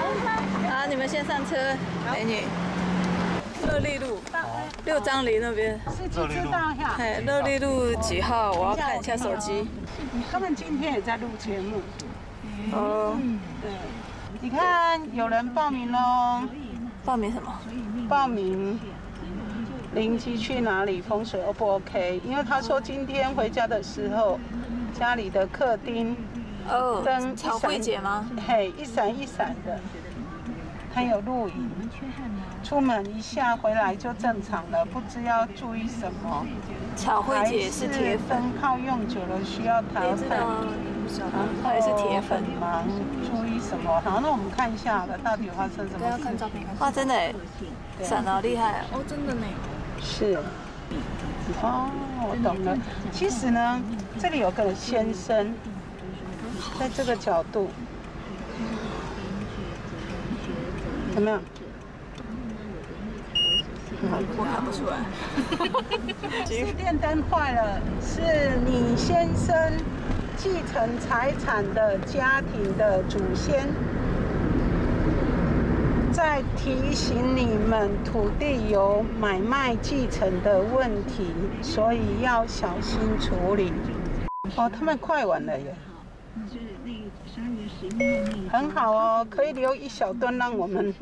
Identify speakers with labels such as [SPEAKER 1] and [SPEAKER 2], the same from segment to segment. [SPEAKER 1] 好，你们先上车，美女。乐利路六张犁那边，
[SPEAKER 2] 是去知道一下。
[SPEAKER 1] 哎，乐利路几号？我要看一下手机。
[SPEAKER 2] 他们今天也在录节目。
[SPEAKER 1] 哦，
[SPEAKER 2] 对，你看有人报名喽，
[SPEAKER 1] 报名什么？
[SPEAKER 2] 报名。邻居去哪里风水 O 不 OK？因为他说今天回家的时候，家里的客厅
[SPEAKER 1] 哦，
[SPEAKER 2] 灯
[SPEAKER 1] 乔慧姐吗？？
[SPEAKER 2] 嘿，一闪一闪的，还有露营。出门一下回来就正常了，不知要注意什么。
[SPEAKER 1] 巧慧姐是铁粉，啊
[SPEAKER 2] 灯泡用久了需要打
[SPEAKER 1] 你知道
[SPEAKER 2] 粉，
[SPEAKER 1] 吗？她哦也是铁粉。
[SPEAKER 2] 忙注意哦什么？好，那我们看一下好了，到底发生什么事？
[SPEAKER 3] 照片看。
[SPEAKER 1] 哦哇，真的耶，闪得好厉害哦。
[SPEAKER 3] 哦，真的呢。
[SPEAKER 2] 是。哦，我懂了。其实呢，这里有个先生，在这个角度，怎么样？
[SPEAKER 1] 我看不出来。
[SPEAKER 2] 是电灯坏了，是你先生继承财产的家庭的祖先，在提醒你们土地有买卖继承的问题，所以要小心处理。哦，他们快完了耶，很好哦，可以留一小段让我们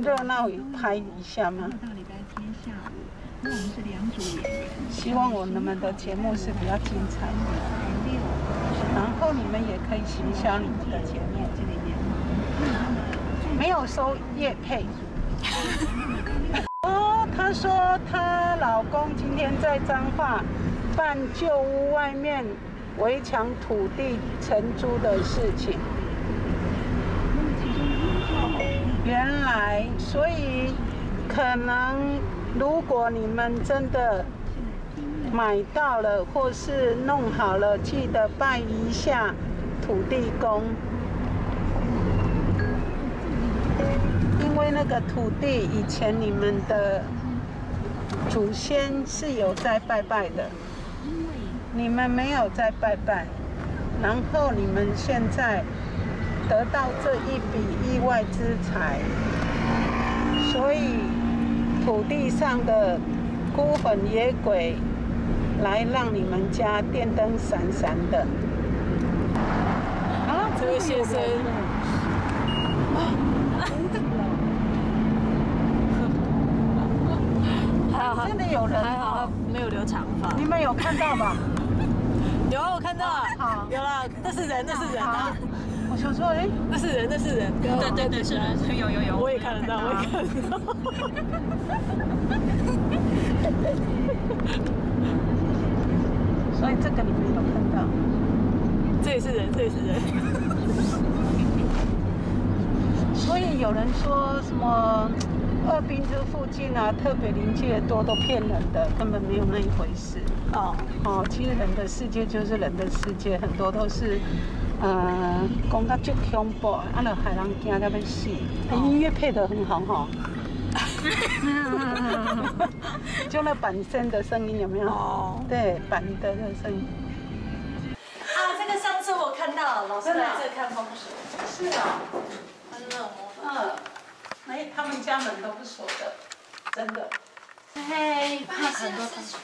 [SPEAKER 2] 热闹拍一下吗？希望我们的节目是比较精彩的，然后你们也可以行销你们的节目，没有收叶配。 哦，她说她老公今天在彰化办旧屋外面围墙土地承租的事情。原来，所以可能如果你们真的买到了或是弄好了，记得拜一下土地公，因为那个土地以前你们的祖先是有在拜拜的，你们没有在拜拜，然后你们现在得到这一笔意外之财，所以土地上的孤魂野鬼来让你们家电灯闪闪的。啊，
[SPEAKER 1] 这位先生还好，
[SPEAKER 2] 真的有人
[SPEAKER 1] 还好，没有留长发。
[SPEAKER 2] 你们有看到吧？
[SPEAKER 1] 有啊，我看到
[SPEAKER 2] 好
[SPEAKER 1] 了，有啦，那是人，那是人啊，，
[SPEAKER 2] 我想说，哎、
[SPEAKER 1] 那是人，那是人。对对对，是人，有有有，我也看得到，我也看得到。
[SPEAKER 2] 所以这个你们有看到。
[SPEAKER 1] 这也是人，这也是人。
[SPEAKER 2] 所以有人说什么呃二滨这附近啊，特别临界多都骗人的，根本没有那一回事。
[SPEAKER 1] 哦，
[SPEAKER 2] 哦，其实人的世界就是人的世界，很多都是，呃，讲到最恐怖的，啊，就害人惊到要死。哎音乐配得很好哈、 就那板声的声音有没有？
[SPEAKER 1] 哦
[SPEAKER 2] 对，板的那声音。
[SPEAKER 4] 啊，这个上次我看到老师
[SPEAKER 2] 真的
[SPEAKER 4] 来
[SPEAKER 2] 啊
[SPEAKER 4] 这看风水，
[SPEAKER 2] 是啊，
[SPEAKER 4] 很冷哦。
[SPEAKER 2] 嗯，没，他们家门都不锁的，真的。哎
[SPEAKER 4] 嘿，怕很多东西。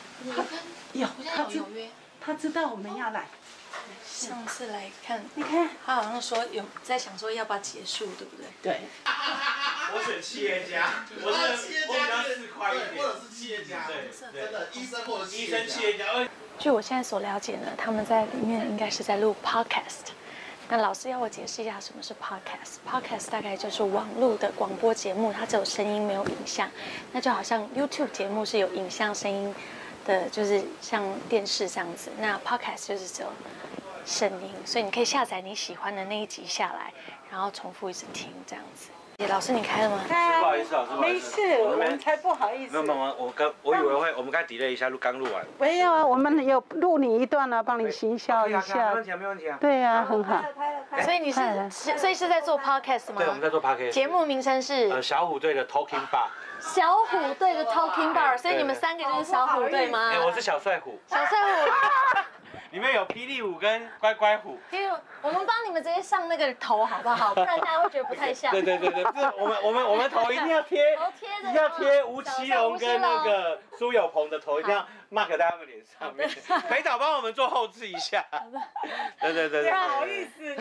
[SPEAKER 2] 有，他
[SPEAKER 3] 好
[SPEAKER 2] 知
[SPEAKER 3] 纽约。
[SPEAKER 2] 他知道我们要
[SPEAKER 5] 哦
[SPEAKER 2] 来，
[SPEAKER 4] 上次来看，
[SPEAKER 2] 你看，
[SPEAKER 4] 他好像说有在想说要不要结束，对不对？
[SPEAKER 2] 对，
[SPEAKER 5] 我选企业家，我
[SPEAKER 6] 我
[SPEAKER 5] 是
[SPEAKER 6] 啊企业
[SPEAKER 5] 我比较
[SPEAKER 6] 家
[SPEAKER 5] 四块一点，
[SPEAKER 6] 或者是企业家，
[SPEAKER 5] 对对
[SPEAKER 6] 真，的医生或者
[SPEAKER 5] 医生企业家，呃而且
[SPEAKER 7] 据我现在所了解呢，他们在里面应该是在录 podcast。那老师要我解释一下什么是 podcast。podcast 大概就是网络的广播节目，它只有声音没有影像。那就好像 YouTube 节目是有影像声音的，就是像电视这样子。那 podcast 就是只有声音，所以你可以下载你喜欢的那一集下来，然后重复一直听这样子。老师，你开了吗？
[SPEAKER 5] 不好意思老啊师不
[SPEAKER 2] 哎
[SPEAKER 5] 好
[SPEAKER 2] 没
[SPEAKER 5] 意
[SPEAKER 2] 事
[SPEAKER 5] 思，
[SPEAKER 2] 我们才不好意
[SPEAKER 5] 没
[SPEAKER 2] 思
[SPEAKER 5] 有没。有，我刚我以为会，我们刚 delay 一下，录刚录完，
[SPEAKER 2] 没有啊，我们有录你一段啊，帮你行销一下
[SPEAKER 5] 没。问题啊，没问题啊。
[SPEAKER 2] 对呀，很好。
[SPEAKER 7] 所以你
[SPEAKER 2] 快了
[SPEAKER 7] 是，是所以是在做 podcast 吗？
[SPEAKER 5] 对，我们在做 p a r k
[SPEAKER 7] 节目名称是
[SPEAKER 5] 呃小虎队的 Talking
[SPEAKER 2] 啊
[SPEAKER 5] Bar，
[SPEAKER 7] 小虎队
[SPEAKER 5] 哎
[SPEAKER 7] 的 Talking Bar，所以你们三个就是小虎队吗
[SPEAKER 5] 哎，？我是小帅虎，
[SPEAKER 7] 小帅虎，
[SPEAKER 5] 里面有霹雳舞跟乖乖虎。
[SPEAKER 7] 譬如我们帮你们直接上那个头好不好？不然大家会觉得不太像。
[SPEAKER 5] 对对对对，这我们我们我们头一定要贴，
[SPEAKER 7] 头贴哦着
[SPEAKER 5] 一定要贴吴奇隆跟那个苏有朋的头，一定要 mark 在他们脸上面。裴导帮我们做后置一下。对对对对。不好意思你。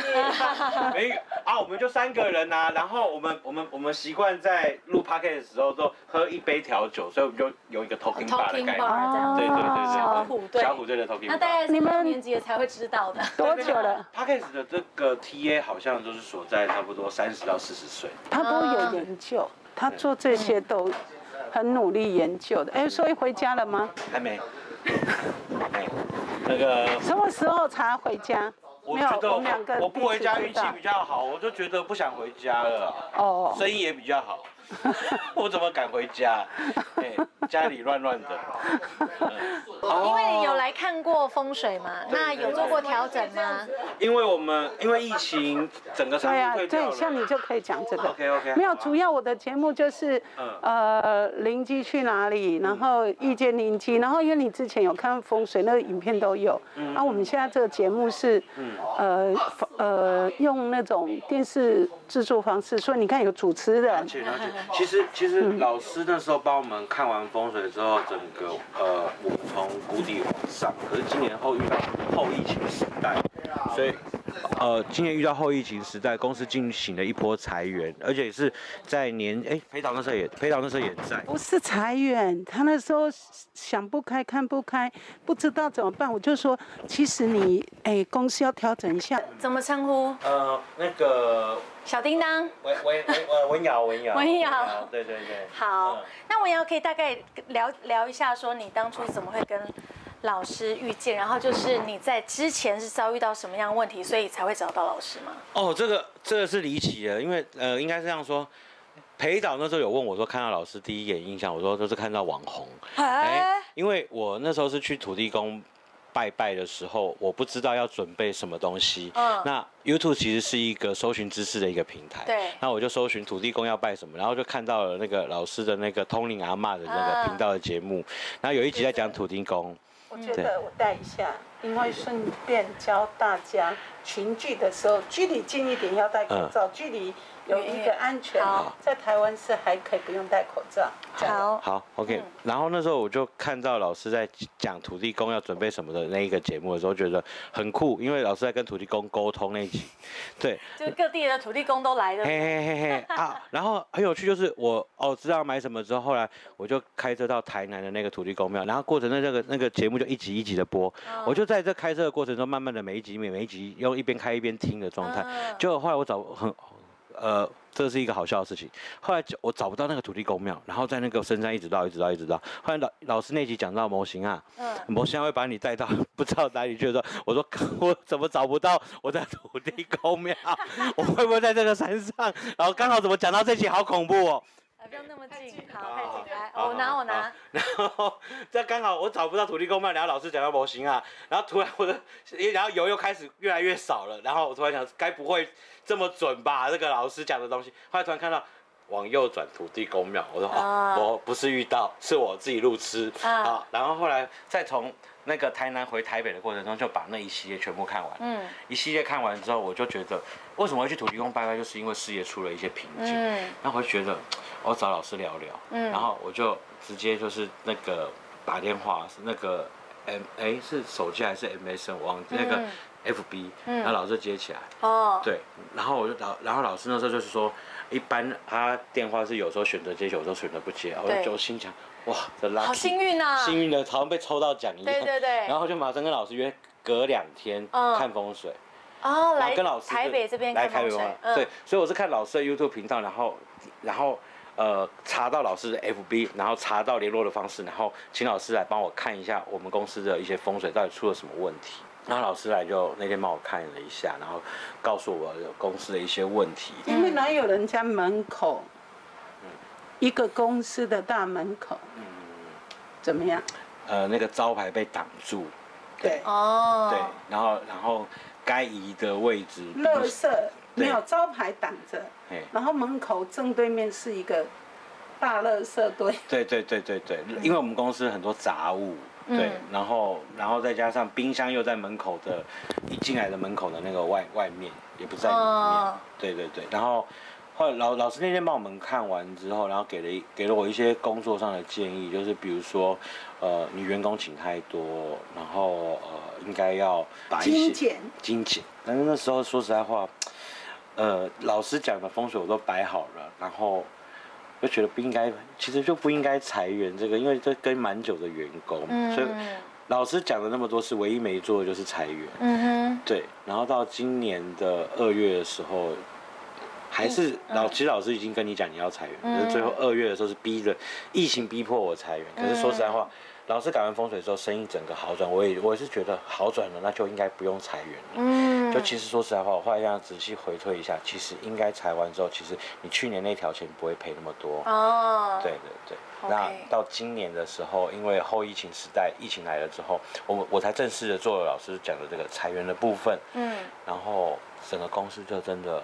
[SPEAKER 5] 没啊，我们就三个人呐、然后我们我们我们习惯在录 p o d c a s t 的时候都喝一杯调酒，所以我们就有一个 talking bar 的
[SPEAKER 7] 哦 Talking
[SPEAKER 5] 概
[SPEAKER 7] bar
[SPEAKER 5] 念。
[SPEAKER 7] 这样，
[SPEAKER 5] 对对对对，
[SPEAKER 7] 小虎队
[SPEAKER 5] 小虎队的 talking
[SPEAKER 7] 那
[SPEAKER 5] bar。
[SPEAKER 7] 大概是
[SPEAKER 2] 哦你们
[SPEAKER 7] 高年级的才会知道的。
[SPEAKER 2] 多久了？
[SPEAKER 5] p o d c a s t 的这个 TA 好像都是所在差不多三十到四十岁。
[SPEAKER 2] 他都有研究，他做这些都很努力研究的。哎，所以回家了吗？
[SPEAKER 5] 还没。哎，那个，
[SPEAKER 2] 什么时候才回家？
[SPEAKER 5] 我
[SPEAKER 2] 没有
[SPEAKER 5] 觉得
[SPEAKER 2] 我们两个
[SPEAKER 5] 我不回家运
[SPEAKER 2] 彼此
[SPEAKER 5] 气
[SPEAKER 2] 知道
[SPEAKER 5] 比较好，我就觉得不想回家了，
[SPEAKER 2] 哦，
[SPEAKER 5] 生意也比较好， 我怎么敢回家？哎，家里乱乱的。嗯哦
[SPEAKER 7] 因为你有来看过风水嘛？那有做过调整吗？
[SPEAKER 5] 哦因为我们因为疫情，整个商
[SPEAKER 2] 对
[SPEAKER 5] 业
[SPEAKER 2] 啊，
[SPEAKER 5] 退掉
[SPEAKER 2] 对，
[SPEAKER 5] 了。
[SPEAKER 2] 像你就可以讲这个。
[SPEAKER 5] OK，OK，
[SPEAKER 2] 没有，
[SPEAKER 5] 好啊
[SPEAKER 2] 主要我的节目就是
[SPEAKER 5] 嗯，
[SPEAKER 2] 呃，邻居去哪里，然后遇见邻居，
[SPEAKER 5] 嗯
[SPEAKER 2] 然后因为你之前有看风水那个影片都有，啊，我们现在这个节目是，
[SPEAKER 5] 嗯
[SPEAKER 2] 呃呃，用那种电视制作方式，所以你看有主持人
[SPEAKER 5] 了，解了解。其实其实老师那时候帮我们看完风水之后，整个呃，我们从谷底往上。可是今年后遇到后疫情时代，所以呃，今年遇到后疫情时代，公司进行了一波裁员，而且是在年哎，裴导那时候也裴导那时候也在。
[SPEAKER 2] 不是裁员，他那时候想不开、看不开，不知道怎么办。我就说，其实你哎，公司要调整一下。
[SPEAKER 7] 怎么称呼？
[SPEAKER 5] 呃，那个
[SPEAKER 7] 小叮当。
[SPEAKER 5] 文文文文文瑶文瑶
[SPEAKER 7] 文瑶
[SPEAKER 5] 对对对。
[SPEAKER 7] 好
[SPEAKER 5] 嗯，
[SPEAKER 7] 那我也要可以大概聊聊一下，说你当初怎么会跟老师遇见，然后就是你在之前是遭遇到什么样的问题，所以才会找到老师吗？
[SPEAKER 5] 哦，这个这个是离奇的，因为呃，应该是这样说，裴导那时候有问我说，看到老师第一眼印象，我说都是看到网红，哎、因为我那时候是去土地公。拜拜的时候，我不知道要准备什么东西。
[SPEAKER 7] 嗯
[SPEAKER 5] 那 YouTube 其实是一个搜寻知识的一个平台。
[SPEAKER 7] 对
[SPEAKER 5] 那我就搜寻土地公要拜什么，然后就看到了那个老师的那个通灵阿嬷的那
[SPEAKER 7] 啊
[SPEAKER 5] 个频道的节目，然后有一集在讲土地公。
[SPEAKER 2] 我觉得嗯我带一下，因为顺便教大家群聚的时候，距离近一点要戴口罩，距离有一个安全
[SPEAKER 7] 好，
[SPEAKER 2] 在台湾是还可以不用戴口罩。这样
[SPEAKER 7] 好，
[SPEAKER 5] 好，OK、然后那时候我就看到老师在讲土地公要准备什么的那一个节目的时候，觉得很酷，因为老师在跟土地公沟通那一集，对，
[SPEAKER 7] 就各地的土地公都来了。
[SPEAKER 5] 嘿嘿嘿嘿啊，然后很有趣，就是我哦知道买什么之后，后来我就开车到台南的那个土地公庙，然后过程中那个那个节目就一集一集的播，我就在这开车的过程中，慢慢的每一集每每一集用一边开一边听的状态，
[SPEAKER 7] 嗯
[SPEAKER 5] 就后来我找很呃，这是一个好笑的事情。后来就我找不到那个土地公庙，然后在那个深山一直绕，一直绕，一直绕。后来老老师那集讲到模型啊，
[SPEAKER 7] 嗯
[SPEAKER 5] 模型啊会把你带到 不知道哪里去的时候，我说我怎么找不到我在土地公庙？ 我会不会在这个山上？然后刚好怎么讲到这集，好恐怖哦！
[SPEAKER 7] 呃不用那么近，好，太
[SPEAKER 5] 好
[SPEAKER 7] 近来，
[SPEAKER 5] 好
[SPEAKER 7] 我拿
[SPEAKER 5] 好
[SPEAKER 7] 我拿
[SPEAKER 5] 好。然后这刚好我找不到土地公庙，然后老师讲到模型啊，然后突然我的，然后油又开始越来越少了，然后我突然想，该不会这么准吧？这个老师讲的东西，后来突然看到。往右转土地公庙，我说
[SPEAKER 7] 啊
[SPEAKER 5] 哦，我不是遇到，是我自己路痴
[SPEAKER 7] 啊
[SPEAKER 5] 啊。然后后来再从那个台南回台北的过程中，就把那一系列全部看完。
[SPEAKER 7] 嗯
[SPEAKER 5] 一系列看完之后，我就觉得为什么会去土地公拜拜，就是因为事业出了一些瓶颈。
[SPEAKER 7] 嗯
[SPEAKER 5] 那我就觉得我找老师聊聊，
[SPEAKER 7] 嗯
[SPEAKER 5] 然后我就直接就是那个打电话，是那个 M 哎是手机还是 MSN 我忘记、那
[SPEAKER 7] 嗯
[SPEAKER 5] 个 FB，、然后老师接起来，
[SPEAKER 7] 哦，
[SPEAKER 5] 对，然后我就老，然后老师那时候就是说，一般他电话是有时候选择接，有时候选择不接，我
[SPEAKER 7] 对
[SPEAKER 5] 就就心想，哇，这 lucky，
[SPEAKER 7] 好幸运啊
[SPEAKER 5] 幸运的好像被抽到奖一样，
[SPEAKER 7] 对对对
[SPEAKER 5] 然后就马上跟老师约隔两天、
[SPEAKER 7] 嗯
[SPEAKER 5] 看风水，
[SPEAKER 7] 哦，
[SPEAKER 5] 然
[SPEAKER 7] 来
[SPEAKER 5] 后跟老师
[SPEAKER 7] 台
[SPEAKER 5] 就
[SPEAKER 7] 北这边
[SPEAKER 5] 来台
[SPEAKER 7] 看
[SPEAKER 5] 北
[SPEAKER 7] 风嗯
[SPEAKER 5] 玩
[SPEAKER 7] 水，，
[SPEAKER 5] 对，所以我是看老师的 YouTube 频道，然后然后呃查到老师的 FB，然后查到联络的方式，然后请老师来帮我看一下我们公司的一些风水到底出了什么问题。然后老师来就那天帮我看了一下，然后告诉我公司的一些问题。
[SPEAKER 2] 因为哪有人家门口，一个公司的大门口，怎么样？
[SPEAKER 5] 呃，那个招牌被挡住，
[SPEAKER 2] 对，
[SPEAKER 7] 哦，
[SPEAKER 5] 对，然后然后该移的位置不
[SPEAKER 2] 垃
[SPEAKER 5] 是，
[SPEAKER 2] 圾没有招牌挡着，
[SPEAKER 5] 哎，
[SPEAKER 2] 然后门口正对面是一个大垃圾堆。
[SPEAKER 5] 对对对对对，因为我们公司很多杂物，对，然后然后再加上冰箱又在门口的，一进来的门口的那个外外面也不在里面，
[SPEAKER 4] 哦
[SPEAKER 5] 对对对，然后。后来老老师那天帮我们看完之后，然后给了一给了我一些工作上的建议，就是比如说，呃，你员工请太多，然后呃，应该要把一些
[SPEAKER 2] 精简
[SPEAKER 5] 精简。但是那时候说实在话，呃，老师讲的风水我都摆好了，然后就觉得不应该，其实就不应该裁员这个，因为这跟蛮久的员工，
[SPEAKER 7] 嗯
[SPEAKER 5] 所以老师讲了那么多事，唯一没做的就是裁员。
[SPEAKER 7] 嗯
[SPEAKER 5] 对，然后到今年的二月的时候，还是老，其实老师已经跟你讲你要裁员，可是最后二月的时候是逼着疫情逼迫我裁员。可是说实在话，老师改完风水之后，生意整个好转，我也我也是觉得好转了，那就应该不用裁员了。
[SPEAKER 7] 嗯
[SPEAKER 5] 就其实说实在话，我后来这样仔细回推一下，其实应该裁完之后，其实你去年那条钱不会赔那么多。
[SPEAKER 7] 哦，
[SPEAKER 5] 对对对。那
[SPEAKER 7] OK
[SPEAKER 5] 到今年的时候，因为后疫情时代，疫情来了之后，我我才正式的做了老师讲的这个裁员的部分。
[SPEAKER 7] 嗯
[SPEAKER 5] 然后整个公司就真的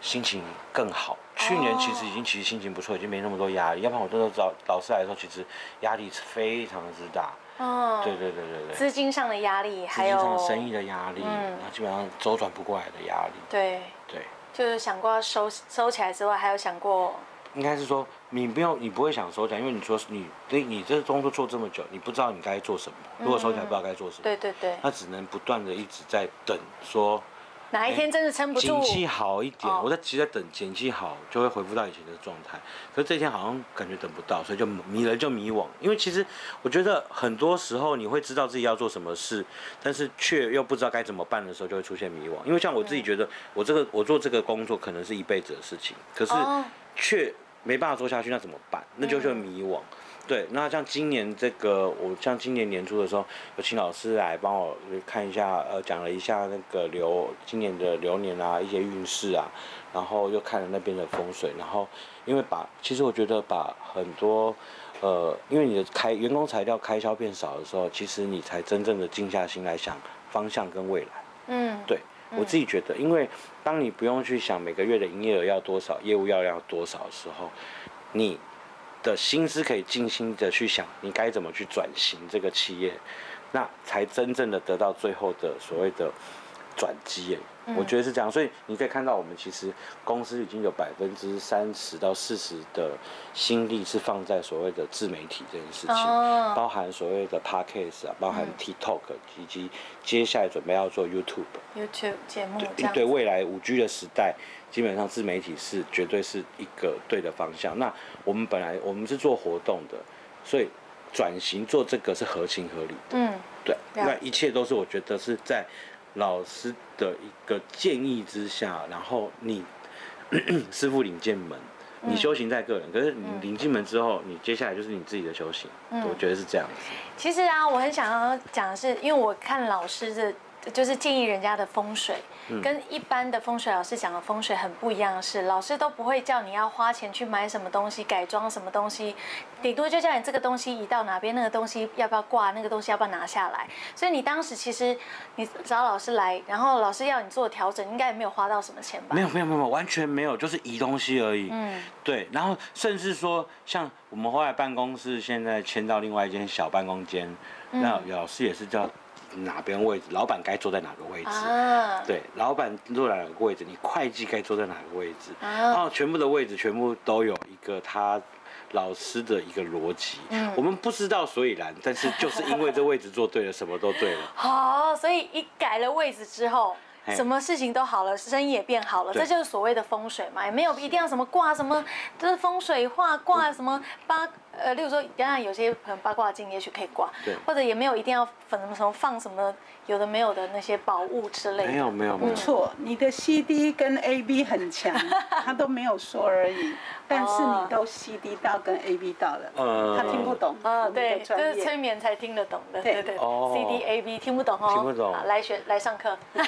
[SPEAKER 5] 心情更好。去年其实已
[SPEAKER 7] 哦
[SPEAKER 5] 经其实心情不错，已经没那么多压力。要不然我真的找老师来的时候，其实压力是非常之大。
[SPEAKER 7] 哦，
[SPEAKER 5] 对对对对对，
[SPEAKER 7] 资金上的压力，
[SPEAKER 5] 经
[SPEAKER 7] 还
[SPEAKER 5] 济
[SPEAKER 7] 有
[SPEAKER 5] 上的生意的压力，
[SPEAKER 7] 嗯
[SPEAKER 5] 然后基本上周转不过来的压力。
[SPEAKER 7] 对，
[SPEAKER 5] 对，
[SPEAKER 7] 就是想过要收收起来之外，还有想过
[SPEAKER 5] 应该是说你没有，你不会想收起来，因为你说你对你这工作做这么久，你不知道你该做什么。如果收起来不知道该做什么，
[SPEAKER 7] 嗯对对对，
[SPEAKER 5] 那只能不断的一直在等说。
[SPEAKER 7] 哪
[SPEAKER 5] 哎
[SPEAKER 7] 一天真的撑不
[SPEAKER 5] 景
[SPEAKER 7] 住，
[SPEAKER 5] 气好一点，
[SPEAKER 7] 哦
[SPEAKER 5] 我在其实在等景气好，就会恢复到以前的状态。可是这一天好像感觉等不到，所以就迷了就迷惘。因为其实我觉得很多时候你会知道自己要做什么事，但是却又不知道该怎么办的时候，就会出现迷惘。因为像我自己觉得，我这个我做这个工作可能是一辈子的事情，可是
[SPEAKER 7] 哦
[SPEAKER 5] 却没办法做下去，那怎么办？那就叫迷惘。对，那像今年这个，我像今年年初的时候，有请老师来帮我看一下，呃，讲了一下那个流今年的流年啊，一些运势啊，然后又看了那边的风水，然后因为把，其实我觉得把很多，呃，因为你的开员工材料开销变少的时候，其实你才真正的静下心来想方向跟未来。
[SPEAKER 7] 嗯，
[SPEAKER 5] 对我自己觉得，因为当你不用去想每个月的营业额要多少，业务要量多少的时候，你的心思可以静心的去想你该怎么去转型这个企业，那才真正的得到最后的所谓的转机耶。
[SPEAKER 7] 嗯
[SPEAKER 5] 我觉得是这样，所以你可以看到，我们其实公司已经有百分之三十到四十的心力是放在所谓的自媒体这件事情，
[SPEAKER 7] 哦嗯
[SPEAKER 5] 包含所谓的 podcast 啊，包含 TikTok，、以及接下来准备要做 YouTube。
[SPEAKER 7] YouTube 节目这
[SPEAKER 5] 一
[SPEAKER 7] 样
[SPEAKER 5] 对
[SPEAKER 7] 子，
[SPEAKER 5] 未来五 G 的时代，基本上自媒体是绝对是一个对的方向。那我们本来我们是做活动的，所以转型做这个是合情合理的。
[SPEAKER 7] 嗯，
[SPEAKER 5] 对，
[SPEAKER 7] 了
[SPEAKER 5] 那一切都是我觉得是在老师的一个建议之下，然后你 师傅领进门，
[SPEAKER 7] 嗯
[SPEAKER 5] 你修行在个人，可是你领进门之后，你接下来就是你自己的修行。
[SPEAKER 7] 嗯
[SPEAKER 5] 我觉得是这样子。
[SPEAKER 7] 其实啊，我很想要讲的是，因为我看老师的，就是建议人家的风水，
[SPEAKER 5] 嗯
[SPEAKER 7] 跟一般的风水老师讲的风水很不一样的是，老师都不会叫你要花钱去买什么东西，改装什么东西，顶多就叫你这个东西移到哪边，那个东西要不要挂，那个东西要不要拿下来。所以你当时其实你找老师来，然后老师要你做调整，应该也没有花到什么钱吧？
[SPEAKER 5] 没有没有没有，完全没有，就是移东西而已。嗯，对。然后甚至说，像我们后来办公室现在迁到另外一间小办公间，那
[SPEAKER 7] 嗯
[SPEAKER 5] 老师也是叫哪边位置，老板该坐在哪个位置。
[SPEAKER 7] 啊，
[SPEAKER 5] 对，老板坐在哪个位置，你会计该坐在哪个位置，
[SPEAKER 7] 啊
[SPEAKER 5] 然后全部的位置全部都有一个他老师的一个逻辑。
[SPEAKER 7] 嗯
[SPEAKER 5] 我们不知道所以然，但是就是因为这位置坐对了，什么都对了。
[SPEAKER 7] 好，所以一改了位置之后，
[SPEAKER 5] 嘿
[SPEAKER 7] 什么事情都好了，生意也变好了，
[SPEAKER 5] 对
[SPEAKER 7] 这就是所谓的风水嘛，也没有一定要什么挂什么，就是风水画挂什么八呃，例如说，当然有些可能八卦镜也许可以挂
[SPEAKER 5] 对，
[SPEAKER 7] 或者也没有一定要粉什么什么放什么有的没有的那些宝物之类的。
[SPEAKER 5] 没有没有没
[SPEAKER 2] 不，
[SPEAKER 5] 有
[SPEAKER 7] 嗯
[SPEAKER 2] 错，你的 CD 跟 AB 很强，他都没有说而已，但是你都 CD 到跟 AB 到了，
[SPEAKER 5] 嗯
[SPEAKER 2] 他听不懂。
[SPEAKER 7] 啊，
[SPEAKER 2] 我们的
[SPEAKER 7] 对，这
[SPEAKER 2] 专
[SPEAKER 7] 是
[SPEAKER 2] 业
[SPEAKER 7] 催眠才听得懂的，
[SPEAKER 2] 对
[SPEAKER 7] 对对
[SPEAKER 5] 哦
[SPEAKER 7] ，C D A B 听不懂哦，
[SPEAKER 5] 听不懂
[SPEAKER 7] 好来学来上课，哦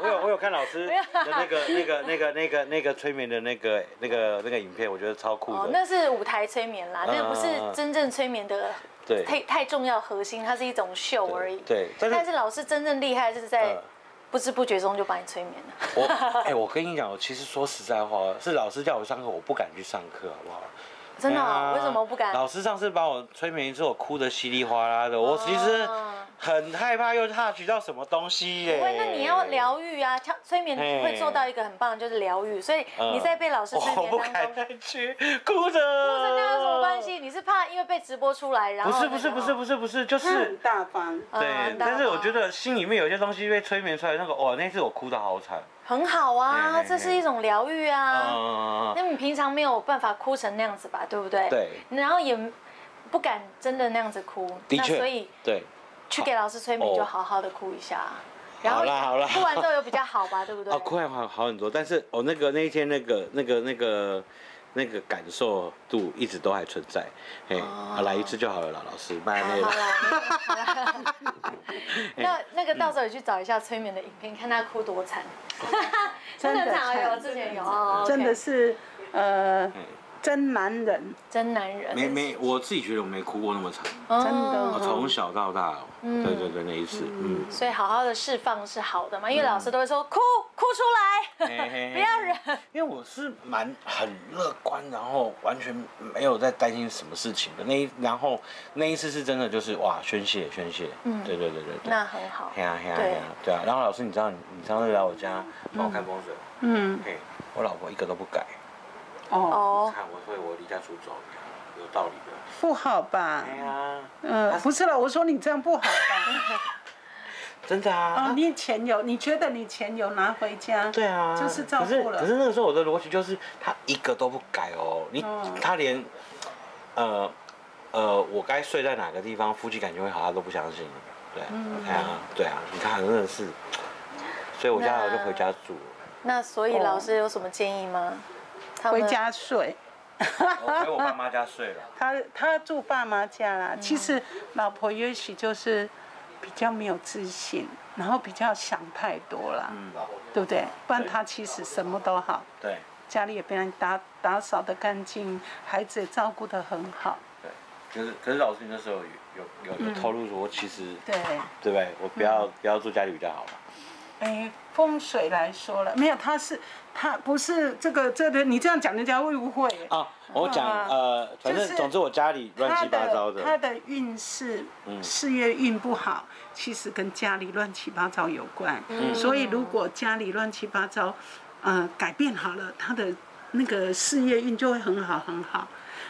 [SPEAKER 5] 我有我有看老 师的那个那个那个那个那个催眠的那个那个那个影片，我觉得超酷
[SPEAKER 7] 哦，
[SPEAKER 5] 的。
[SPEAKER 7] 那是舞台催眠啦，那个不是
[SPEAKER 5] 嗯嗯嗯
[SPEAKER 7] 真正催眠的
[SPEAKER 5] 对
[SPEAKER 7] 太太重要核心，它是一种秀而已。
[SPEAKER 5] 对但
[SPEAKER 7] 但
[SPEAKER 5] 是
[SPEAKER 7] 是老师真正厉害是在
[SPEAKER 5] 嗯
[SPEAKER 7] 不知不觉中就把你催眠了。
[SPEAKER 5] 哎我哎、我跟你讲，我其实说实在话，是老师叫我上课，我不敢去上课，好不好？
[SPEAKER 7] 真的哦、
[SPEAKER 5] 嗯
[SPEAKER 7] 为什么不敢？
[SPEAKER 5] 老师上次把我催眠一次，我哭得稀里哗啦的，我其实很害怕又 touch 到什么东西耶。
[SPEAKER 7] 哦不会，那你要 疗愈啊，跳催眠
[SPEAKER 5] 嘿
[SPEAKER 7] 会做到一个很棒，就是疗愈。所以
[SPEAKER 5] 哎嗯，哦
[SPEAKER 7] 你在被老师催
[SPEAKER 5] 我不
[SPEAKER 7] 眠当
[SPEAKER 5] 敢
[SPEAKER 7] 中，
[SPEAKER 5] 再去哭着。哭
[SPEAKER 7] 不是
[SPEAKER 5] 着
[SPEAKER 7] 那有什么关？系？你是怕因为被直播出来，然
[SPEAKER 5] 不
[SPEAKER 7] 后嗯
[SPEAKER 5] 是不是不是不是不是，就是
[SPEAKER 2] 很。大方。
[SPEAKER 5] 对，但是我觉得心里面有些东西被催眠出来，那个哇，那次我哭的好惨。
[SPEAKER 7] 很好啊，
[SPEAKER 5] 嘿嘿嘿
[SPEAKER 7] 这是一种疗愈
[SPEAKER 5] 哎嗯
[SPEAKER 7] 啊。
[SPEAKER 5] 嗯嗯
[SPEAKER 7] 那你平常没有办法哭成那样子吧，对不对？
[SPEAKER 5] 对。
[SPEAKER 7] 然后也不敢真的那样子哭，
[SPEAKER 5] 的
[SPEAKER 7] 那
[SPEAKER 5] 确
[SPEAKER 7] 所以
[SPEAKER 5] 对，
[SPEAKER 7] 去给老师催眠，
[SPEAKER 5] 哦
[SPEAKER 7] 就好好的哭一下。
[SPEAKER 5] 好啦好啦
[SPEAKER 7] 哭完之后有比较好吧，对不对？
[SPEAKER 5] 啊，哭完好好很多，但是我、哦、那个那一天那个那个那个那个感受度一直都还存在，嘿，啊来一次就好了啦，老师，慢慢
[SPEAKER 7] 哦好
[SPEAKER 5] 来。
[SPEAKER 7] 啦，
[SPEAKER 5] 哎
[SPEAKER 7] 那那
[SPEAKER 5] 嗯
[SPEAKER 7] 个到时候也去找一下催眠的影片，看他哭 多惨，真的
[SPEAKER 2] 真的
[SPEAKER 7] 惨啊！有
[SPEAKER 2] 惨
[SPEAKER 7] 之前有，哦
[SPEAKER 2] 真的
[SPEAKER 7] OK
[SPEAKER 2] 是，呃，真男人，
[SPEAKER 7] 真男人，
[SPEAKER 5] 没没，我自己觉得我没哭过那么惨，
[SPEAKER 7] 哦
[SPEAKER 2] 真的
[SPEAKER 5] 我从小到大哦，对对对，那一次，嗯，
[SPEAKER 7] 所以好好的释放是好的嘛，因为老师都会说哭哭出
[SPEAKER 5] 嘿嘿
[SPEAKER 7] 来，
[SPEAKER 5] 嘿
[SPEAKER 7] 不要忍。
[SPEAKER 5] 嗯因为我是蛮很乐观，然后完全没有在担心什么事情的那一，然后那一次是真的就是哇宣泄宣泄，嗯，对对对对对，
[SPEAKER 7] 那很好，
[SPEAKER 5] 嘿啊嘿啊
[SPEAKER 7] 对
[SPEAKER 5] 嘿啊，对啊，然后老师你知道你你上次来我家帮我看风水，
[SPEAKER 2] 嗯，
[SPEAKER 5] 嘿，我老婆一个都不改，
[SPEAKER 2] 哦，
[SPEAKER 7] 哦，
[SPEAKER 5] 看我会我离家出走，有道理的，
[SPEAKER 2] 不好吧？
[SPEAKER 5] 哎呀，
[SPEAKER 2] 呃，不是了，我说你这样不好吧？
[SPEAKER 5] 真的
[SPEAKER 2] 哦
[SPEAKER 5] 啊，，
[SPEAKER 2] 你钱有，你觉得你钱有拿回家？
[SPEAKER 5] 对啊，
[SPEAKER 2] 就是照
[SPEAKER 5] 可是
[SPEAKER 2] 顾了
[SPEAKER 5] 可是那个时候我的逻辑就是，他一个都不改哦，你、
[SPEAKER 2] 嗯
[SPEAKER 5] 他连，呃呃，我该睡在哪个地方，夫妻感情会好，他都不相信。对，
[SPEAKER 2] 嗯
[SPEAKER 5] 哎呀、对啊，你看真的是，所以我家
[SPEAKER 7] 那
[SPEAKER 5] 我就回家 住了。
[SPEAKER 7] 那所以老师有什么建议吗？他
[SPEAKER 2] 哦回
[SPEAKER 7] 们
[SPEAKER 2] 家睡。
[SPEAKER 5] 我回我爸妈家睡了。
[SPEAKER 2] 他他住爸妈家啦。其实老婆也许就是比较没有自信，然后比较想太多啦，
[SPEAKER 5] 嗯，
[SPEAKER 2] 对不对？不然他其实什么都好，
[SPEAKER 5] 对
[SPEAKER 2] 家里也被人打打扫的干净，孩子也照顾得很好。
[SPEAKER 5] 对，可是可是老师你那时候有有有有透露说，其实、
[SPEAKER 2] 嗯对，嗯
[SPEAKER 5] 对不对？我不要、不要住家里比较好嘛。
[SPEAKER 2] 哎，风水来说了，没有，他是他不是这个这个，你这样讲人家会误会。
[SPEAKER 5] 啊，我讲、
[SPEAKER 2] 啊
[SPEAKER 5] 呃，反正、
[SPEAKER 2] 就是
[SPEAKER 5] 总之我家里乱
[SPEAKER 2] 他
[SPEAKER 5] 七八糟的。嗯
[SPEAKER 2] 他的运势，事业运不好，其实跟家里乱七八糟有关。
[SPEAKER 5] 嗯
[SPEAKER 2] 所以如果家里乱七八糟，呃，改变好了，他的那个事业运就会很好很好。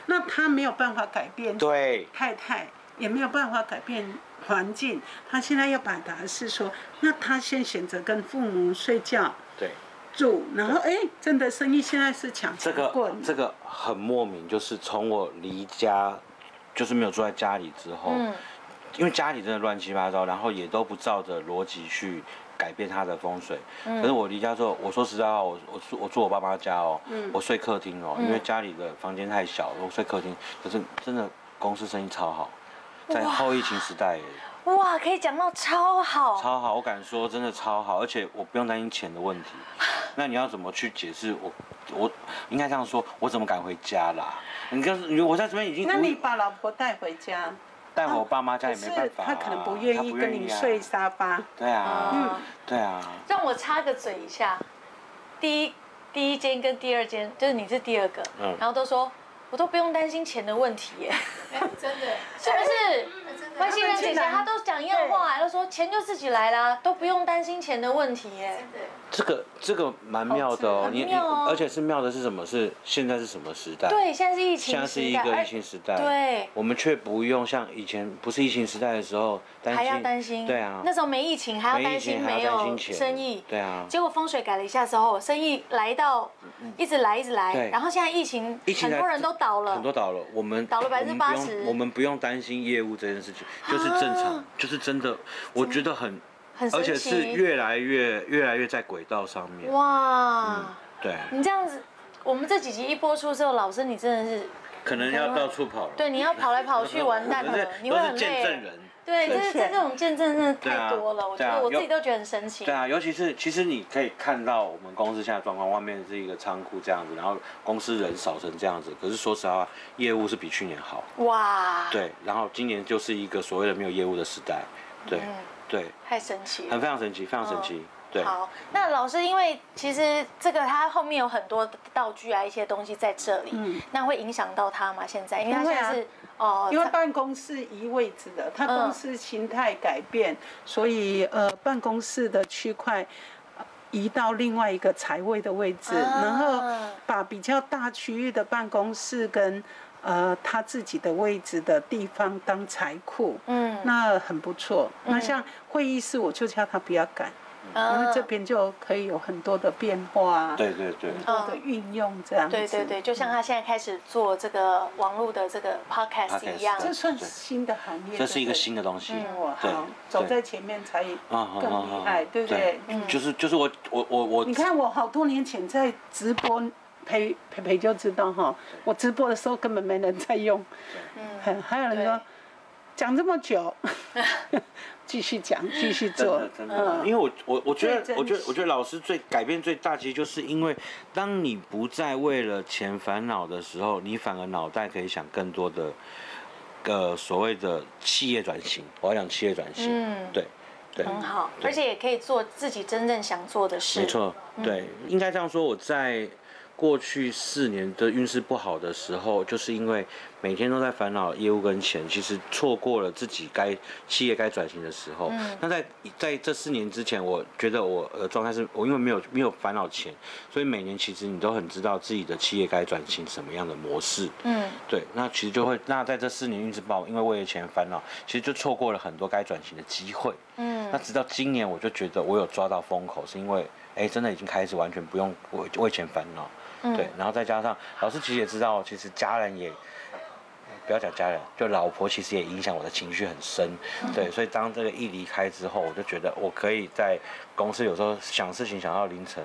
[SPEAKER 2] 那他没有办法改变
[SPEAKER 5] 对，
[SPEAKER 2] 太太，也没有办法改变环境。他现在要表达的是说，那他先选择跟父母睡觉
[SPEAKER 5] 对，
[SPEAKER 2] 住，然后哎、真的生意现在是抢
[SPEAKER 5] 这
[SPEAKER 2] 钱
[SPEAKER 5] 个
[SPEAKER 2] 棍，
[SPEAKER 5] 这个很莫名，就是从我离家，就是没有住在家里之后，
[SPEAKER 7] 嗯
[SPEAKER 5] 因为家里真的乱七八糟，然后也都不照着逻辑去改变它的风水。可是我离家之后，我说实在话，我我住我住我爸妈家哦，我睡客厅哦，因为家里的房间太小，我睡客厅。可是真的公司生意超好，在后疫情时代耶。
[SPEAKER 7] 哇，可以讲到超好，
[SPEAKER 5] 超好，我敢说真的超好，而且我不用担心钱的问 题。那你要怎么去解释我？我应该这样说，我怎么敢回家啦？你告诉你，我在这边已经
[SPEAKER 2] 那
[SPEAKER 5] 无
[SPEAKER 2] 你把老婆带回家。
[SPEAKER 5] 带我爸妈家
[SPEAKER 2] 可
[SPEAKER 5] 也
[SPEAKER 2] 是
[SPEAKER 5] 没办法啊、
[SPEAKER 2] 他可能不愿意跟你睡
[SPEAKER 5] 他
[SPEAKER 2] 沙发。
[SPEAKER 5] 不愿意啊。对啊
[SPEAKER 7] 嗯，
[SPEAKER 5] 对啊，
[SPEAKER 7] 让我插个嘴一下，第一第一间跟第二间，就是你是第二个，
[SPEAKER 5] 嗯
[SPEAKER 7] 然后都说我都不用担心钱的问题耶，
[SPEAKER 4] 哎真的， 嗯
[SPEAKER 7] 是不是？外星人姐姐她都讲一样话，她都说钱就自己来啦，都不用担心钱的问题耶。
[SPEAKER 5] 这个这个蛮妙的哦。
[SPEAKER 7] 很
[SPEAKER 5] 你你
[SPEAKER 7] 妙哦
[SPEAKER 5] 而且是妙的是什么？是现在是什么时代？
[SPEAKER 7] 对，现在是疫情
[SPEAKER 5] 现在
[SPEAKER 7] 时代，
[SPEAKER 5] 是一个
[SPEAKER 7] 而
[SPEAKER 5] 疫情时代，
[SPEAKER 7] 对
[SPEAKER 5] 我们却不用像以前不是疫情时代的时候担心，
[SPEAKER 7] 还要担心，
[SPEAKER 5] 对啊，
[SPEAKER 7] 那时候没疫情，还要担
[SPEAKER 5] 没
[SPEAKER 7] 心
[SPEAKER 5] 疫情
[SPEAKER 7] 没
[SPEAKER 5] 还要担
[SPEAKER 7] 有
[SPEAKER 5] 心钱
[SPEAKER 7] 生意，
[SPEAKER 5] 对啊
[SPEAKER 7] 结果风水改了一下之后，生意来到一直来一直来，
[SPEAKER 5] 嗯对
[SPEAKER 7] 然后现在疫情
[SPEAKER 5] 疫，情
[SPEAKER 7] 很
[SPEAKER 5] 来
[SPEAKER 7] 多人都倒了，
[SPEAKER 5] 很多倒了，我们
[SPEAKER 7] 倒了
[SPEAKER 5] 我们
[SPEAKER 7] 80%
[SPEAKER 5] 不用我们不用担心业务这件事情，就是正常，就是真的，我觉得很，
[SPEAKER 7] 啊很神
[SPEAKER 5] 而且
[SPEAKER 7] 奇
[SPEAKER 5] 是越来越越来越在轨道上面，
[SPEAKER 7] 哇。
[SPEAKER 5] 嗯对，
[SPEAKER 7] 你这样子，我们这几集一播出之后，老师你真的是，
[SPEAKER 5] 可能要到处跑了，
[SPEAKER 7] 对，你要跑来跑去，完蛋
[SPEAKER 5] 都是
[SPEAKER 7] 了，你会
[SPEAKER 5] 都
[SPEAKER 7] 很
[SPEAKER 5] 是
[SPEAKER 7] 累。
[SPEAKER 5] 见证人，
[SPEAKER 7] 对，这
[SPEAKER 5] 对
[SPEAKER 7] 是这这种见证真的太多
[SPEAKER 5] 对
[SPEAKER 7] 了，
[SPEAKER 5] 啊对啊
[SPEAKER 7] 我觉得我自己
[SPEAKER 5] 有
[SPEAKER 7] 都觉得很神奇
[SPEAKER 5] 对。啊，尤其是其实你可以看到我们公司现在状况，外面是一个仓库这样子，然后公司人少成这样子，可是说实话，业务是比去年好，
[SPEAKER 7] 哇，
[SPEAKER 5] 对，然后今年
[SPEAKER 7] 嗯
[SPEAKER 5] 就是一个所谓的没有业务的时代，对，对，
[SPEAKER 7] 太神奇了
[SPEAKER 2] 哦
[SPEAKER 5] 很。非常神奇，非常神奇。对
[SPEAKER 7] 好，那老师，因为其实这个它后面有很多道具啊，一些东西在这里，
[SPEAKER 2] 嗯
[SPEAKER 7] 那会影响到他吗？现在，因为他
[SPEAKER 2] 不会
[SPEAKER 7] 现
[SPEAKER 2] 啊
[SPEAKER 7] 在是、哦，
[SPEAKER 2] 因为
[SPEAKER 7] 他
[SPEAKER 2] 办公室移位置了，它
[SPEAKER 7] 嗯
[SPEAKER 2] 公司形态改变，所以呃，办公室的区块呃移到另外一个财位的位置，
[SPEAKER 7] 啊
[SPEAKER 2] 然后把比较大区域的办公室跟呃他自己的位置的地方当财库。
[SPEAKER 7] 嗯，
[SPEAKER 2] 那很不错。那像会议室，我就叫他不要改，因为这
[SPEAKER 7] 嗯
[SPEAKER 2] 边就可以有很多的变化啊，
[SPEAKER 5] 对对对，
[SPEAKER 2] 很多的运用这样子。
[SPEAKER 7] 对对对，，就
[SPEAKER 2] 嗯
[SPEAKER 7] 像他现在开始做这个网络的这个 podcast
[SPEAKER 5] Podcast，
[SPEAKER 7] 一样，
[SPEAKER 2] 这算
[SPEAKER 5] 对
[SPEAKER 2] 新的行业。
[SPEAKER 5] 这是一
[SPEAKER 2] 对不对
[SPEAKER 5] 个新的东西，
[SPEAKER 2] 哇，
[SPEAKER 5] 对
[SPEAKER 2] 嗯好，，走
[SPEAKER 5] 对
[SPEAKER 2] 在前面才
[SPEAKER 5] 啊
[SPEAKER 2] 更厉害，对不对？嗯
[SPEAKER 5] 就是就是我我我我
[SPEAKER 2] 你看我好多年前在直播，培培培就知道哈，我直播的时候根本没人在用，嗯， 还有人
[SPEAKER 7] 对
[SPEAKER 2] 说讲这么久， 继续讲，继续
[SPEAKER 5] 真
[SPEAKER 2] 做嗯
[SPEAKER 5] 的，真的，因为我我我觉
[SPEAKER 2] 最
[SPEAKER 5] 得，
[SPEAKER 2] 真
[SPEAKER 5] 我觉得
[SPEAKER 2] 实
[SPEAKER 5] 我觉得老师最改变最大，其实就是因为当你不再为了钱烦恼的时候，你反而脑袋可以想更多的，呃，所谓的企业转型。我要讲企业转型，
[SPEAKER 7] 嗯
[SPEAKER 5] 对对，
[SPEAKER 7] 很好，
[SPEAKER 5] 对
[SPEAKER 7] 而且也可以做自己真正想做的事，
[SPEAKER 5] 没错，对，应该这样说。我在过去四年的运势不好的时候，就是因为每天都在烦恼业务跟钱，其实错过了自己该企业该转型的时候。那在在这四年之前，我觉得我呃状态是我因为没有没有烦恼钱，所以每年其实你都很知道自己的企业该转型什么样的模式。
[SPEAKER 7] 嗯，
[SPEAKER 5] 对，那其实就会，那在这四年运势不好，因为为了钱烦恼，其实就错过了很多该转型的机会。嗯，那直到今年，我就觉得我有抓到风口，是因为，哎，真的已经开始完全不用为为钱烦恼。
[SPEAKER 2] 嗯
[SPEAKER 5] 对，然后再加上老师其实也知道，其实家人也。不要讲家人，就老婆其实也影响我的情绪很深，
[SPEAKER 2] 嗯
[SPEAKER 5] 对，所以当这个一离开之后，我就觉得我可以在公司有时候想事情想到凌晨，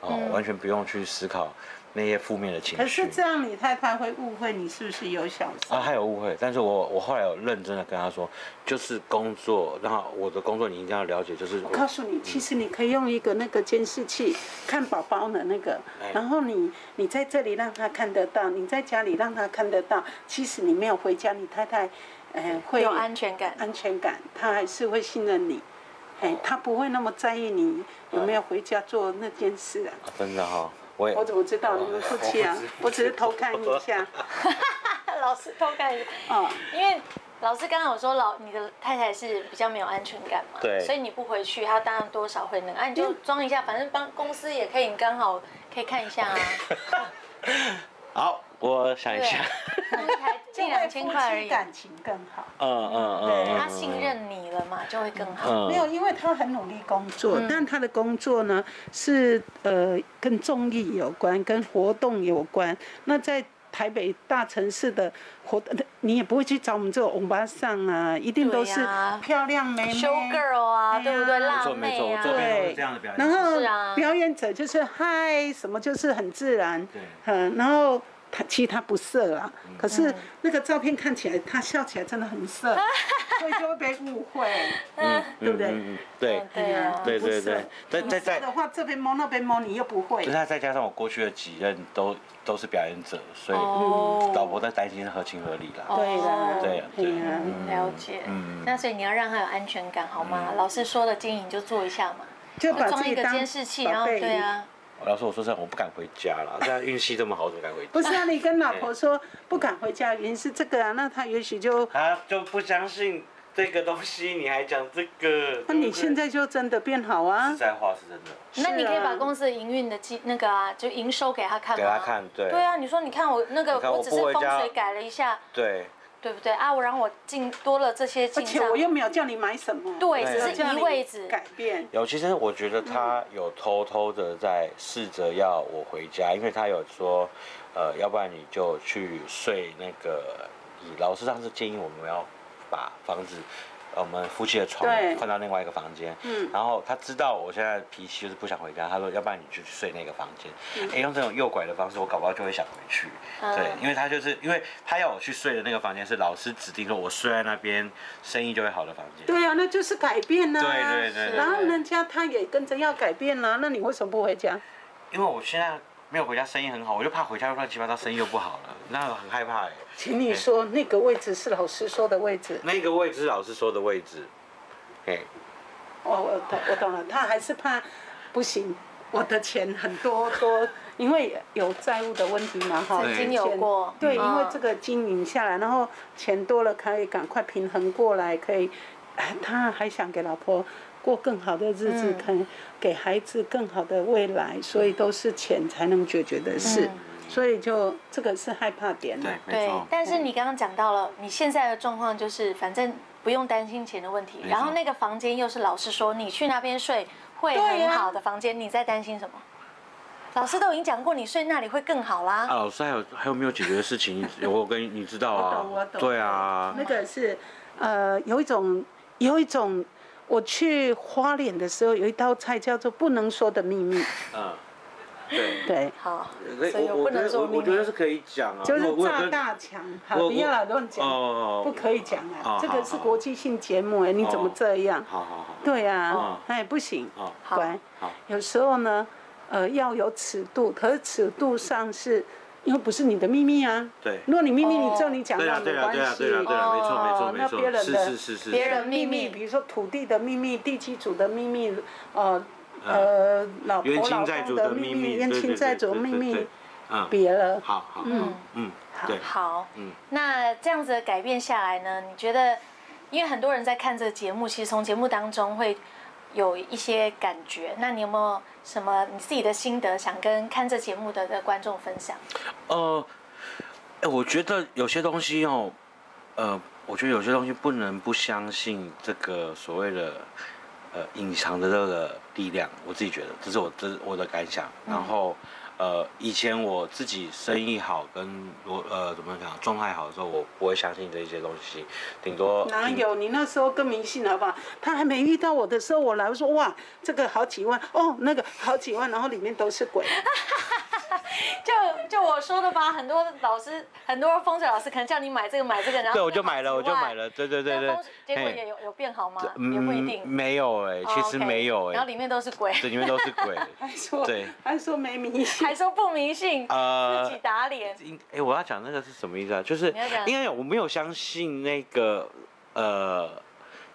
[SPEAKER 5] 哦，完全不用去思考那些负面的情绪。
[SPEAKER 2] 嗯可是这样你太太会误会你是不是有小
[SPEAKER 5] 啊，
[SPEAKER 2] 三？
[SPEAKER 5] 还有误会，但是我我后来有认真的跟他说，就是工作，那我的工作你一定要了解，就是
[SPEAKER 2] 我告诉你，其实你可以用一个那个监视器看宝宝的那个，然后你你在这里让他看得到，你在家里让他看得到。其实你没有回家，你太太，呃，会
[SPEAKER 7] 有安全感，
[SPEAKER 2] 安全感，他还是会信任你，哎，他不会那么在意你有没有回家做那件事啊。
[SPEAKER 5] 啊真的哈、我也
[SPEAKER 2] 我怎么知道你们夫妻啊？我只是偷看一下，
[SPEAKER 7] 老师偷看一下，
[SPEAKER 2] 哦，
[SPEAKER 7] 因为老师刚刚有说老你的太太是比较没有安全感嘛，
[SPEAKER 5] 对
[SPEAKER 7] 所以你不回去，她当然多少会那个，啊，你就装一下，反正帮公司也可以，你刚好可以看一下 啊，
[SPEAKER 5] 好，我想一
[SPEAKER 7] 对啊
[SPEAKER 5] 下，，
[SPEAKER 7] 那才近两千块
[SPEAKER 2] 夫
[SPEAKER 7] 而
[SPEAKER 2] 妻
[SPEAKER 7] 已，
[SPEAKER 2] 感情更好。
[SPEAKER 5] 嗯嗯嗯，嗯
[SPEAKER 7] 她信，任你了嘛，就会更好，
[SPEAKER 5] 嗯，
[SPEAKER 2] 没有，因为他很努力工作，但他的工作呢是呃跟综艺有关，跟活动有关。那在台北大城市的活，你也不会去找我们这种欧巴桑啊，一定都是
[SPEAKER 7] 对呀
[SPEAKER 2] 漂亮妹妹。
[SPEAKER 7] 修 girl 啊，
[SPEAKER 2] 对啊
[SPEAKER 7] 对不对？
[SPEAKER 5] 嗯没
[SPEAKER 7] 辣
[SPEAKER 5] 错没错，
[SPEAKER 7] 妹
[SPEAKER 5] 我
[SPEAKER 7] 啊，
[SPEAKER 5] 周边都是
[SPEAKER 2] 对
[SPEAKER 5] 这样的表演，
[SPEAKER 2] 然
[SPEAKER 7] 是啊
[SPEAKER 2] 后表演者就是嗨什么，就是很自然。
[SPEAKER 5] 对
[SPEAKER 2] 嗯，然后他其实他不色啦，可是那个照片看起来他笑起来真的很色，所以就会被误会。
[SPEAKER 5] 嗯，
[SPEAKER 2] 对不对
[SPEAKER 5] 嗯嗯嗯对
[SPEAKER 7] 嗯对啊，
[SPEAKER 5] 对对对
[SPEAKER 2] 不，
[SPEAKER 5] 但再
[SPEAKER 2] 色
[SPEAKER 5] 再
[SPEAKER 2] 的话，这边摸那边摸，你又不会
[SPEAKER 5] 再。再加上我过去的几任都都是表演者，所以
[SPEAKER 7] 哦
[SPEAKER 5] 老婆在担心是合情合理啦，
[SPEAKER 2] 对啦，
[SPEAKER 5] 对啊对啊
[SPEAKER 2] 呀。
[SPEAKER 7] 嗯了解，那所以你要让他有安全感，好吗？老师说的经营就做一下嘛，
[SPEAKER 2] 就把自
[SPEAKER 7] 装一
[SPEAKER 2] 己
[SPEAKER 7] 个
[SPEAKER 2] 当
[SPEAKER 7] 监视器，
[SPEAKER 2] 宝
[SPEAKER 7] 然后
[SPEAKER 2] 贝
[SPEAKER 7] 对啊，
[SPEAKER 5] 老师我说实在我不敢回家了，现在运气这么好，我怎么敢回家？
[SPEAKER 2] 不是啊，你跟老婆说不敢回家，原因是这个啊，那她也许就，
[SPEAKER 5] 他啊就不相信这个东西，你还讲这个？
[SPEAKER 2] 那你现在就真的变好啊
[SPEAKER 5] 实。在话是真的，
[SPEAKER 7] 那你
[SPEAKER 2] 是啊
[SPEAKER 7] 可以把公司的营运的记那个啊，就营收给他看吗？
[SPEAKER 5] 给他看对
[SPEAKER 7] 对啊，你说你看我那个
[SPEAKER 5] 你，看
[SPEAKER 7] 我
[SPEAKER 5] 我
[SPEAKER 7] 只
[SPEAKER 5] 不
[SPEAKER 7] 是
[SPEAKER 5] 回
[SPEAKER 7] 风
[SPEAKER 5] 家
[SPEAKER 7] 水改了一下，
[SPEAKER 5] 对，
[SPEAKER 7] 对不对啊？我然后我进多了这些
[SPEAKER 2] 而
[SPEAKER 7] 进
[SPEAKER 2] 且
[SPEAKER 7] 账
[SPEAKER 2] 我，又没有叫你买什么，
[SPEAKER 7] 对，
[SPEAKER 5] 对
[SPEAKER 7] 只
[SPEAKER 2] 只
[SPEAKER 7] 是
[SPEAKER 2] 是叫
[SPEAKER 7] 移
[SPEAKER 2] 你
[SPEAKER 7] 位置，
[SPEAKER 2] 改变。
[SPEAKER 5] 有，其实我觉得他有偷偷的在试着要我回家，因为他有说，呃，要不然你就去睡那个椅。老师上次建议我们要把房子。呃我们夫妻的床
[SPEAKER 2] 对
[SPEAKER 5] 换到另外一个房间，
[SPEAKER 2] 嗯
[SPEAKER 5] 然后他知道我现在脾气就是不想回家，他说要不然你就去睡那个房间，
[SPEAKER 2] 嗯
[SPEAKER 5] 哎、用这种诱拐的方式，我搞不好就会想回去，
[SPEAKER 2] 啊
[SPEAKER 5] 对，因为他就是因为他要我去睡的那个房间是老师指定说我睡在那边生意就会好的房间，
[SPEAKER 2] 对啊，那就是改变呐、啊。
[SPEAKER 5] 对对对对
[SPEAKER 2] 然后
[SPEAKER 5] 对
[SPEAKER 2] 人家他也跟着要改变啊啦、那你为什么不回家？
[SPEAKER 5] 因为我现在没有回家，生意很好，我就怕回家乱七八糟，生意又不好了，那很害怕哎、
[SPEAKER 2] 请你说那个位置是老师说的位置。
[SPEAKER 5] 那个位置是老师说的位置，哎，
[SPEAKER 2] 哦，我懂，我懂了。他还是怕不行，我的钱很 多多，因为有债务的问题嘛哈。
[SPEAKER 7] 曾经
[SPEAKER 5] 对
[SPEAKER 7] 有
[SPEAKER 2] 钱
[SPEAKER 7] 过，
[SPEAKER 2] 对，因为
[SPEAKER 7] 嗯
[SPEAKER 2] 这个经营下来，然后钱多了可以赶快平衡过来，可以，哎他还想给老婆过更好的日子，
[SPEAKER 7] 嗯
[SPEAKER 2] 可能给孩子更好的未来，所以都是钱才能解决的事，
[SPEAKER 7] 嗯
[SPEAKER 2] 所以就这个是害怕点啊了。
[SPEAKER 5] 没
[SPEAKER 7] 对
[SPEAKER 5] 错，，
[SPEAKER 7] 但是你刚刚讲到了，你现在的状况就是，反正不用担心钱的问题。
[SPEAKER 5] 没错
[SPEAKER 7] 然后那个房间又是老师说你去那边睡会
[SPEAKER 2] 对
[SPEAKER 7] 很
[SPEAKER 2] 呀
[SPEAKER 7] 好的房间，你在担心什么？老师都已经讲过，你睡那里会更好
[SPEAKER 5] 啊，
[SPEAKER 7] 啦。
[SPEAKER 5] 老师还有还有没有解决的事情？我跟你你知道
[SPEAKER 2] 我懂，我
[SPEAKER 5] 啊，
[SPEAKER 2] 懂。
[SPEAKER 5] 对啊，
[SPEAKER 2] 那个是呃，有一种有一种，我去花莲的时候有一道菜叫做不能说的秘 密，
[SPEAKER 5] 嗯，对，
[SPEAKER 2] 对，
[SPEAKER 7] 好，
[SPEAKER 5] 所
[SPEAKER 7] 所以
[SPEAKER 5] 以
[SPEAKER 7] 我
[SPEAKER 5] 我
[SPEAKER 7] 不
[SPEAKER 5] 我
[SPEAKER 7] 能
[SPEAKER 5] 觉得
[SPEAKER 7] 说
[SPEAKER 5] 我
[SPEAKER 7] 秘密
[SPEAKER 5] 我觉得是可以讲啊，
[SPEAKER 2] 就
[SPEAKER 5] 因为
[SPEAKER 2] 是
[SPEAKER 5] 我有
[SPEAKER 2] 炸
[SPEAKER 5] 跟
[SPEAKER 2] 大墙，好，
[SPEAKER 5] 我
[SPEAKER 2] 不要老乱
[SPEAKER 5] 哦
[SPEAKER 2] 讲，
[SPEAKER 5] 哦，哦
[SPEAKER 2] 不可以讲
[SPEAKER 5] 哦
[SPEAKER 2] 啊，这个
[SPEAKER 5] 好好哦
[SPEAKER 2] 是国际性节目哎，你怎么这样？
[SPEAKER 5] 好好好，
[SPEAKER 2] 对
[SPEAKER 5] 哦
[SPEAKER 2] 啊，哎，不行，
[SPEAKER 5] 哦
[SPEAKER 7] 好
[SPEAKER 2] 乖
[SPEAKER 5] 好，
[SPEAKER 2] 有时候呢，呃，要有尺度，可是尺度上是。因为不是你的秘密啊，
[SPEAKER 5] 对
[SPEAKER 2] 如果你秘密，你
[SPEAKER 7] 哦
[SPEAKER 2] 知道你讲
[SPEAKER 5] 对
[SPEAKER 2] 了
[SPEAKER 5] 啊
[SPEAKER 2] 没
[SPEAKER 5] 对啊
[SPEAKER 2] 关
[SPEAKER 5] 对啊
[SPEAKER 2] 系，
[SPEAKER 5] 对啊对啊，没错没
[SPEAKER 2] 哦
[SPEAKER 5] 错没
[SPEAKER 2] 那别
[SPEAKER 5] 错，
[SPEAKER 2] 人的
[SPEAKER 5] 是是是是，
[SPEAKER 7] 别
[SPEAKER 5] 是
[SPEAKER 7] 人
[SPEAKER 2] 秘密，比如说土地的秘密、地基主的秘密，呃呃，老婆
[SPEAKER 5] 嗯冤
[SPEAKER 2] 老
[SPEAKER 5] 亲债主
[SPEAKER 2] 公
[SPEAKER 5] 的秘
[SPEAKER 2] 秘
[SPEAKER 5] 密，
[SPEAKER 2] 冤
[SPEAKER 5] 对
[SPEAKER 2] 亲
[SPEAKER 5] 对
[SPEAKER 2] 债
[SPEAKER 5] 对
[SPEAKER 2] 主的
[SPEAKER 5] 对
[SPEAKER 2] 秘
[SPEAKER 5] 对
[SPEAKER 2] 密
[SPEAKER 5] 对，嗯，
[SPEAKER 2] 别了。
[SPEAKER 5] 好好，
[SPEAKER 2] 嗯，
[SPEAKER 5] 嗯，对，
[SPEAKER 7] 好，
[SPEAKER 5] 嗯
[SPEAKER 7] 那这样子的改变下来呢，你觉得，因为很多人在看这个节目，其实从节目当中会有一些感觉，那你有没有什么你自己的心得想跟看这节目的的观众分享？
[SPEAKER 5] 呃，哎，我觉得有些东西哦，呃，我觉得有些东西不能不相信这个所谓的呃隐藏的这个力量，我自己觉得，这是我这是我的感想。然后呃，以前我自己生意好跟我呃怎么讲状态好的时候，我不会相信这些东西，顶多
[SPEAKER 2] 哪
[SPEAKER 5] 顶
[SPEAKER 2] 有你那时候更迷信好不好？他还没遇到我的时候，我来我说哇，这个好几万哦，那个好几万，然后里面都是 鬼。
[SPEAKER 7] 就就我说的吧，很多老师，很多风水老师可能叫你买这个买这个，然后
[SPEAKER 5] 对，我
[SPEAKER 7] 这个
[SPEAKER 5] 就买了，
[SPEAKER 7] 好
[SPEAKER 5] 我
[SPEAKER 7] 几
[SPEAKER 5] 就
[SPEAKER 7] 万
[SPEAKER 5] 买。了，对对对
[SPEAKER 7] 那
[SPEAKER 5] 对
[SPEAKER 7] 风水。结果
[SPEAKER 5] 嘿
[SPEAKER 7] 也有有变好吗？也
[SPEAKER 5] 嗯
[SPEAKER 7] 不一定。哦
[SPEAKER 5] 没有哎，其实没有
[SPEAKER 7] 然
[SPEAKER 5] 哎
[SPEAKER 7] 后，里面都是鬼，
[SPEAKER 5] 这里面都是鬼。
[SPEAKER 2] 还说
[SPEAKER 5] 对
[SPEAKER 2] 还说没迷信，
[SPEAKER 7] 还说不迷信，
[SPEAKER 5] 呃
[SPEAKER 7] 自己打脸。
[SPEAKER 5] 应哎、我要讲那个是什么意思啊？就是
[SPEAKER 7] 你要讲
[SPEAKER 5] 应该有我没有相信那个呃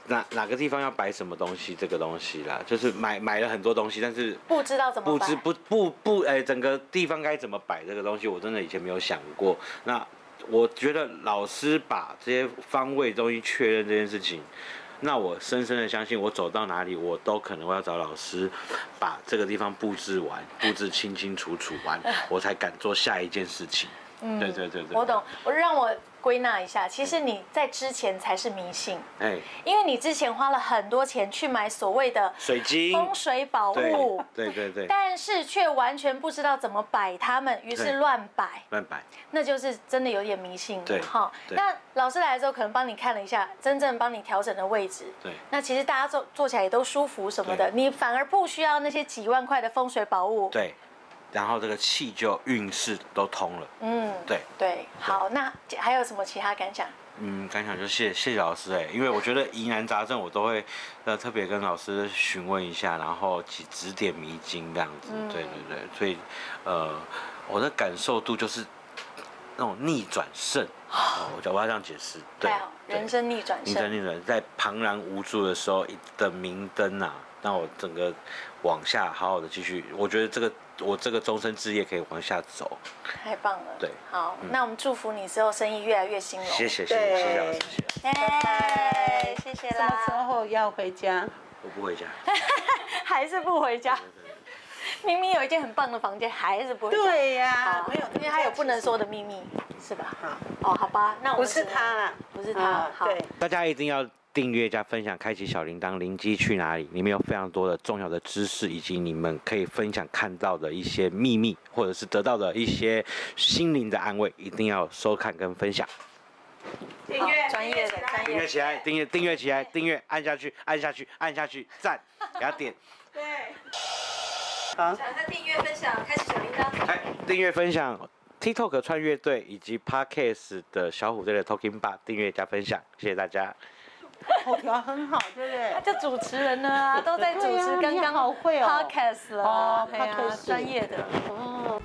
[SPEAKER 5] 哪哪个地方要摆什么东西这个东西啦，就是买买了很多东西，但是
[SPEAKER 7] 不知道怎么
[SPEAKER 5] 不
[SPEAKER 7] 办。
[SPEAKER 5] 知不不不哎、整个地方该怎么摆这个东西，我真的以前没有想过。那我觉得老师把这些方位东西确认这件事情。那我深深的相信，我走到哪里，我都可能会要找老师，把这个地方布置完，布置清清楚楚完，我才敢做下一件事情。
[SPEAKER 7] 啊嗯
[SPEAKER 5] 对对对对，
[SPEAKER 7] 我懂，我让我归纳一下，其实
[SPEAKER 5] 嗯
[SPEAKER 7] 你在之前才是迷信，
[SPEAKER 5] 哎，
[SPEAKER 7] 因为你之前花了很多钱去买所谓的
[SPEAKER 5] 水晶，
[SPEAKER 7] 风水宝
[SPEAKER 5] 对
[SPEAKER 7] 物，
[SPEAKER 5] 对对对，
[SPEAKER 7] 但是却完全不知道怎么摆它们，于是
[SPEAKER 5] 对
[SPEAKER 7] 乱摆，
[SPEAKER 5] 乱摆，
[SPEAKER 7] 那就是真的有点迷信了
[SPEAKER 5] 对
[SPEAKER 7] 哈。
[SPEAKER 5] 对
[SPEAKER 7] 那老师来的时候可能帮你看了一下，真正帮你调整的位置。
[SPEAKER 5] 对
[SPEAKER 7] 那其实大家做做起来也都舒服什么的，你反而不需要那些几万块的风水宝物。
[SPEAKER 5] 对，然后这个气就运势都通了。
[SPEAKER 7] 嗯，
[SPEAKER 5] 对
[SPEAKER 7] 对，好，那还有什么其他感想？
[SPEAKER 5] 嗯，感想就谢谢谢老师哎、因为我觉得疑难杂症我都会呃特别跟老师询问一下，然后指指点迷津这样子，对
[SPEAKER 7] 嗯
[SPEAKER 5] 对对，所以呃我的感受度就是那种逆转胜，哦、我就我要这样解释，对
[SPEAKER 7] 太好，，
[SPEAKER 5] 对
[SPEAKER 7] 人生逆转
[SPEAKER 5] 逆转
[SPEAKER 7] 胜。
[SPEAKER 5] 逆转，在旁然无助的时候一的明灯啊，让我整个往下好好的继续，我觉得这个我这个终身置业可以往下走，
[SPEAKER 7] 太棒了，
[SPEAKER 5] 对
[SPEAKER 7] 好，
[SPEAKER 5] 嗯
[SPEAKER 7] 那我们祝福你之后生意越来越兴隆，
[SPEAKER 5] 谢，谢谢谢谢谢老
[SPEAKER 2] 对
[SPEAKER 5] 师，谢谢，
[SPEAKER 7] 耶
[SPEAKER 2] 拜，
[SPEAKER 7] 哎谢谢
[SPEAKER 2] 什么时
[SPEAKER 7] 啦，
[SPEAKER 2] 候要回家？
[SPEAKER 5] 我不回家。
[SPEAKER 7] 还是不回家，明明有一间很棒的房间，还是不回家，
[SPEAKER 2] 对呀
[SPEAKER 7] 好，，
[SPEAKER 2] 没有，
[SPEAKER 7] 因为他啊有不能说的秘密，是吧？
[SPEAKER 2] 好，
[SPEAKER 7] 哦，好吧，那我
[SPEAKER 2] 不
[SPEAKER 7] 们
[SPEAKER 2] 是
[SPEAKER 7] 只能
[SPEAKER 2] 他，啦，
[SPEAKER 7] 不是他
[SPEAKER 2] 啊，
[SPEAKER 7] 好，
[SPEAKER 2] 对。
[SPEAKER 5] 大家一定要订阅加分享，开启小铃铛，灵机去哪里？里面有非常多的重要的知识，以及你们可以分享看到的一些秘密，或者是得到的一些心灵的安慰，一定要收看跟分享。
[SPEAKER 7] 好，专业的，专
[SPEAKER 5] 订
[SPEAKER 7] 业
[SPEAKER 5] 阅
[SPEAKER 7] 的，
[SPEAKER 5] 起来，订阅订阅起来，订阅按下去，按下去，按下去，赞，给他点，
[SPEAKER 4] 想要订阅、分享、开启小铃铛。
[SPEAKER 5] 哎，订阅分享。TikTok 穿乐队以及 Podcast 的小虎队的 Talking Bar 订阅加分享，谢谢大家。
[SPEAKER 2] 口条很好，对不对
[SPEAKER 7] 他？就主持人呢、啊，都在主
[SPEAKER 2] 对
[SPEAKER 7] 持
[SPEAKER 2] 啊
[SPEAKER 7] 刚
[SPEAKER 2] 你
[SPEAKER 7] 刚
[SPEAKER 2] 好会哦
[SPEAKER 7] podcast 了，
[SPEAKER 2] 哦
[SPEAKER 7] 对啊
[SPEAKER 2] podcast
[SPEAKER 7] 专业的。
[SPEAKER 2] 哦。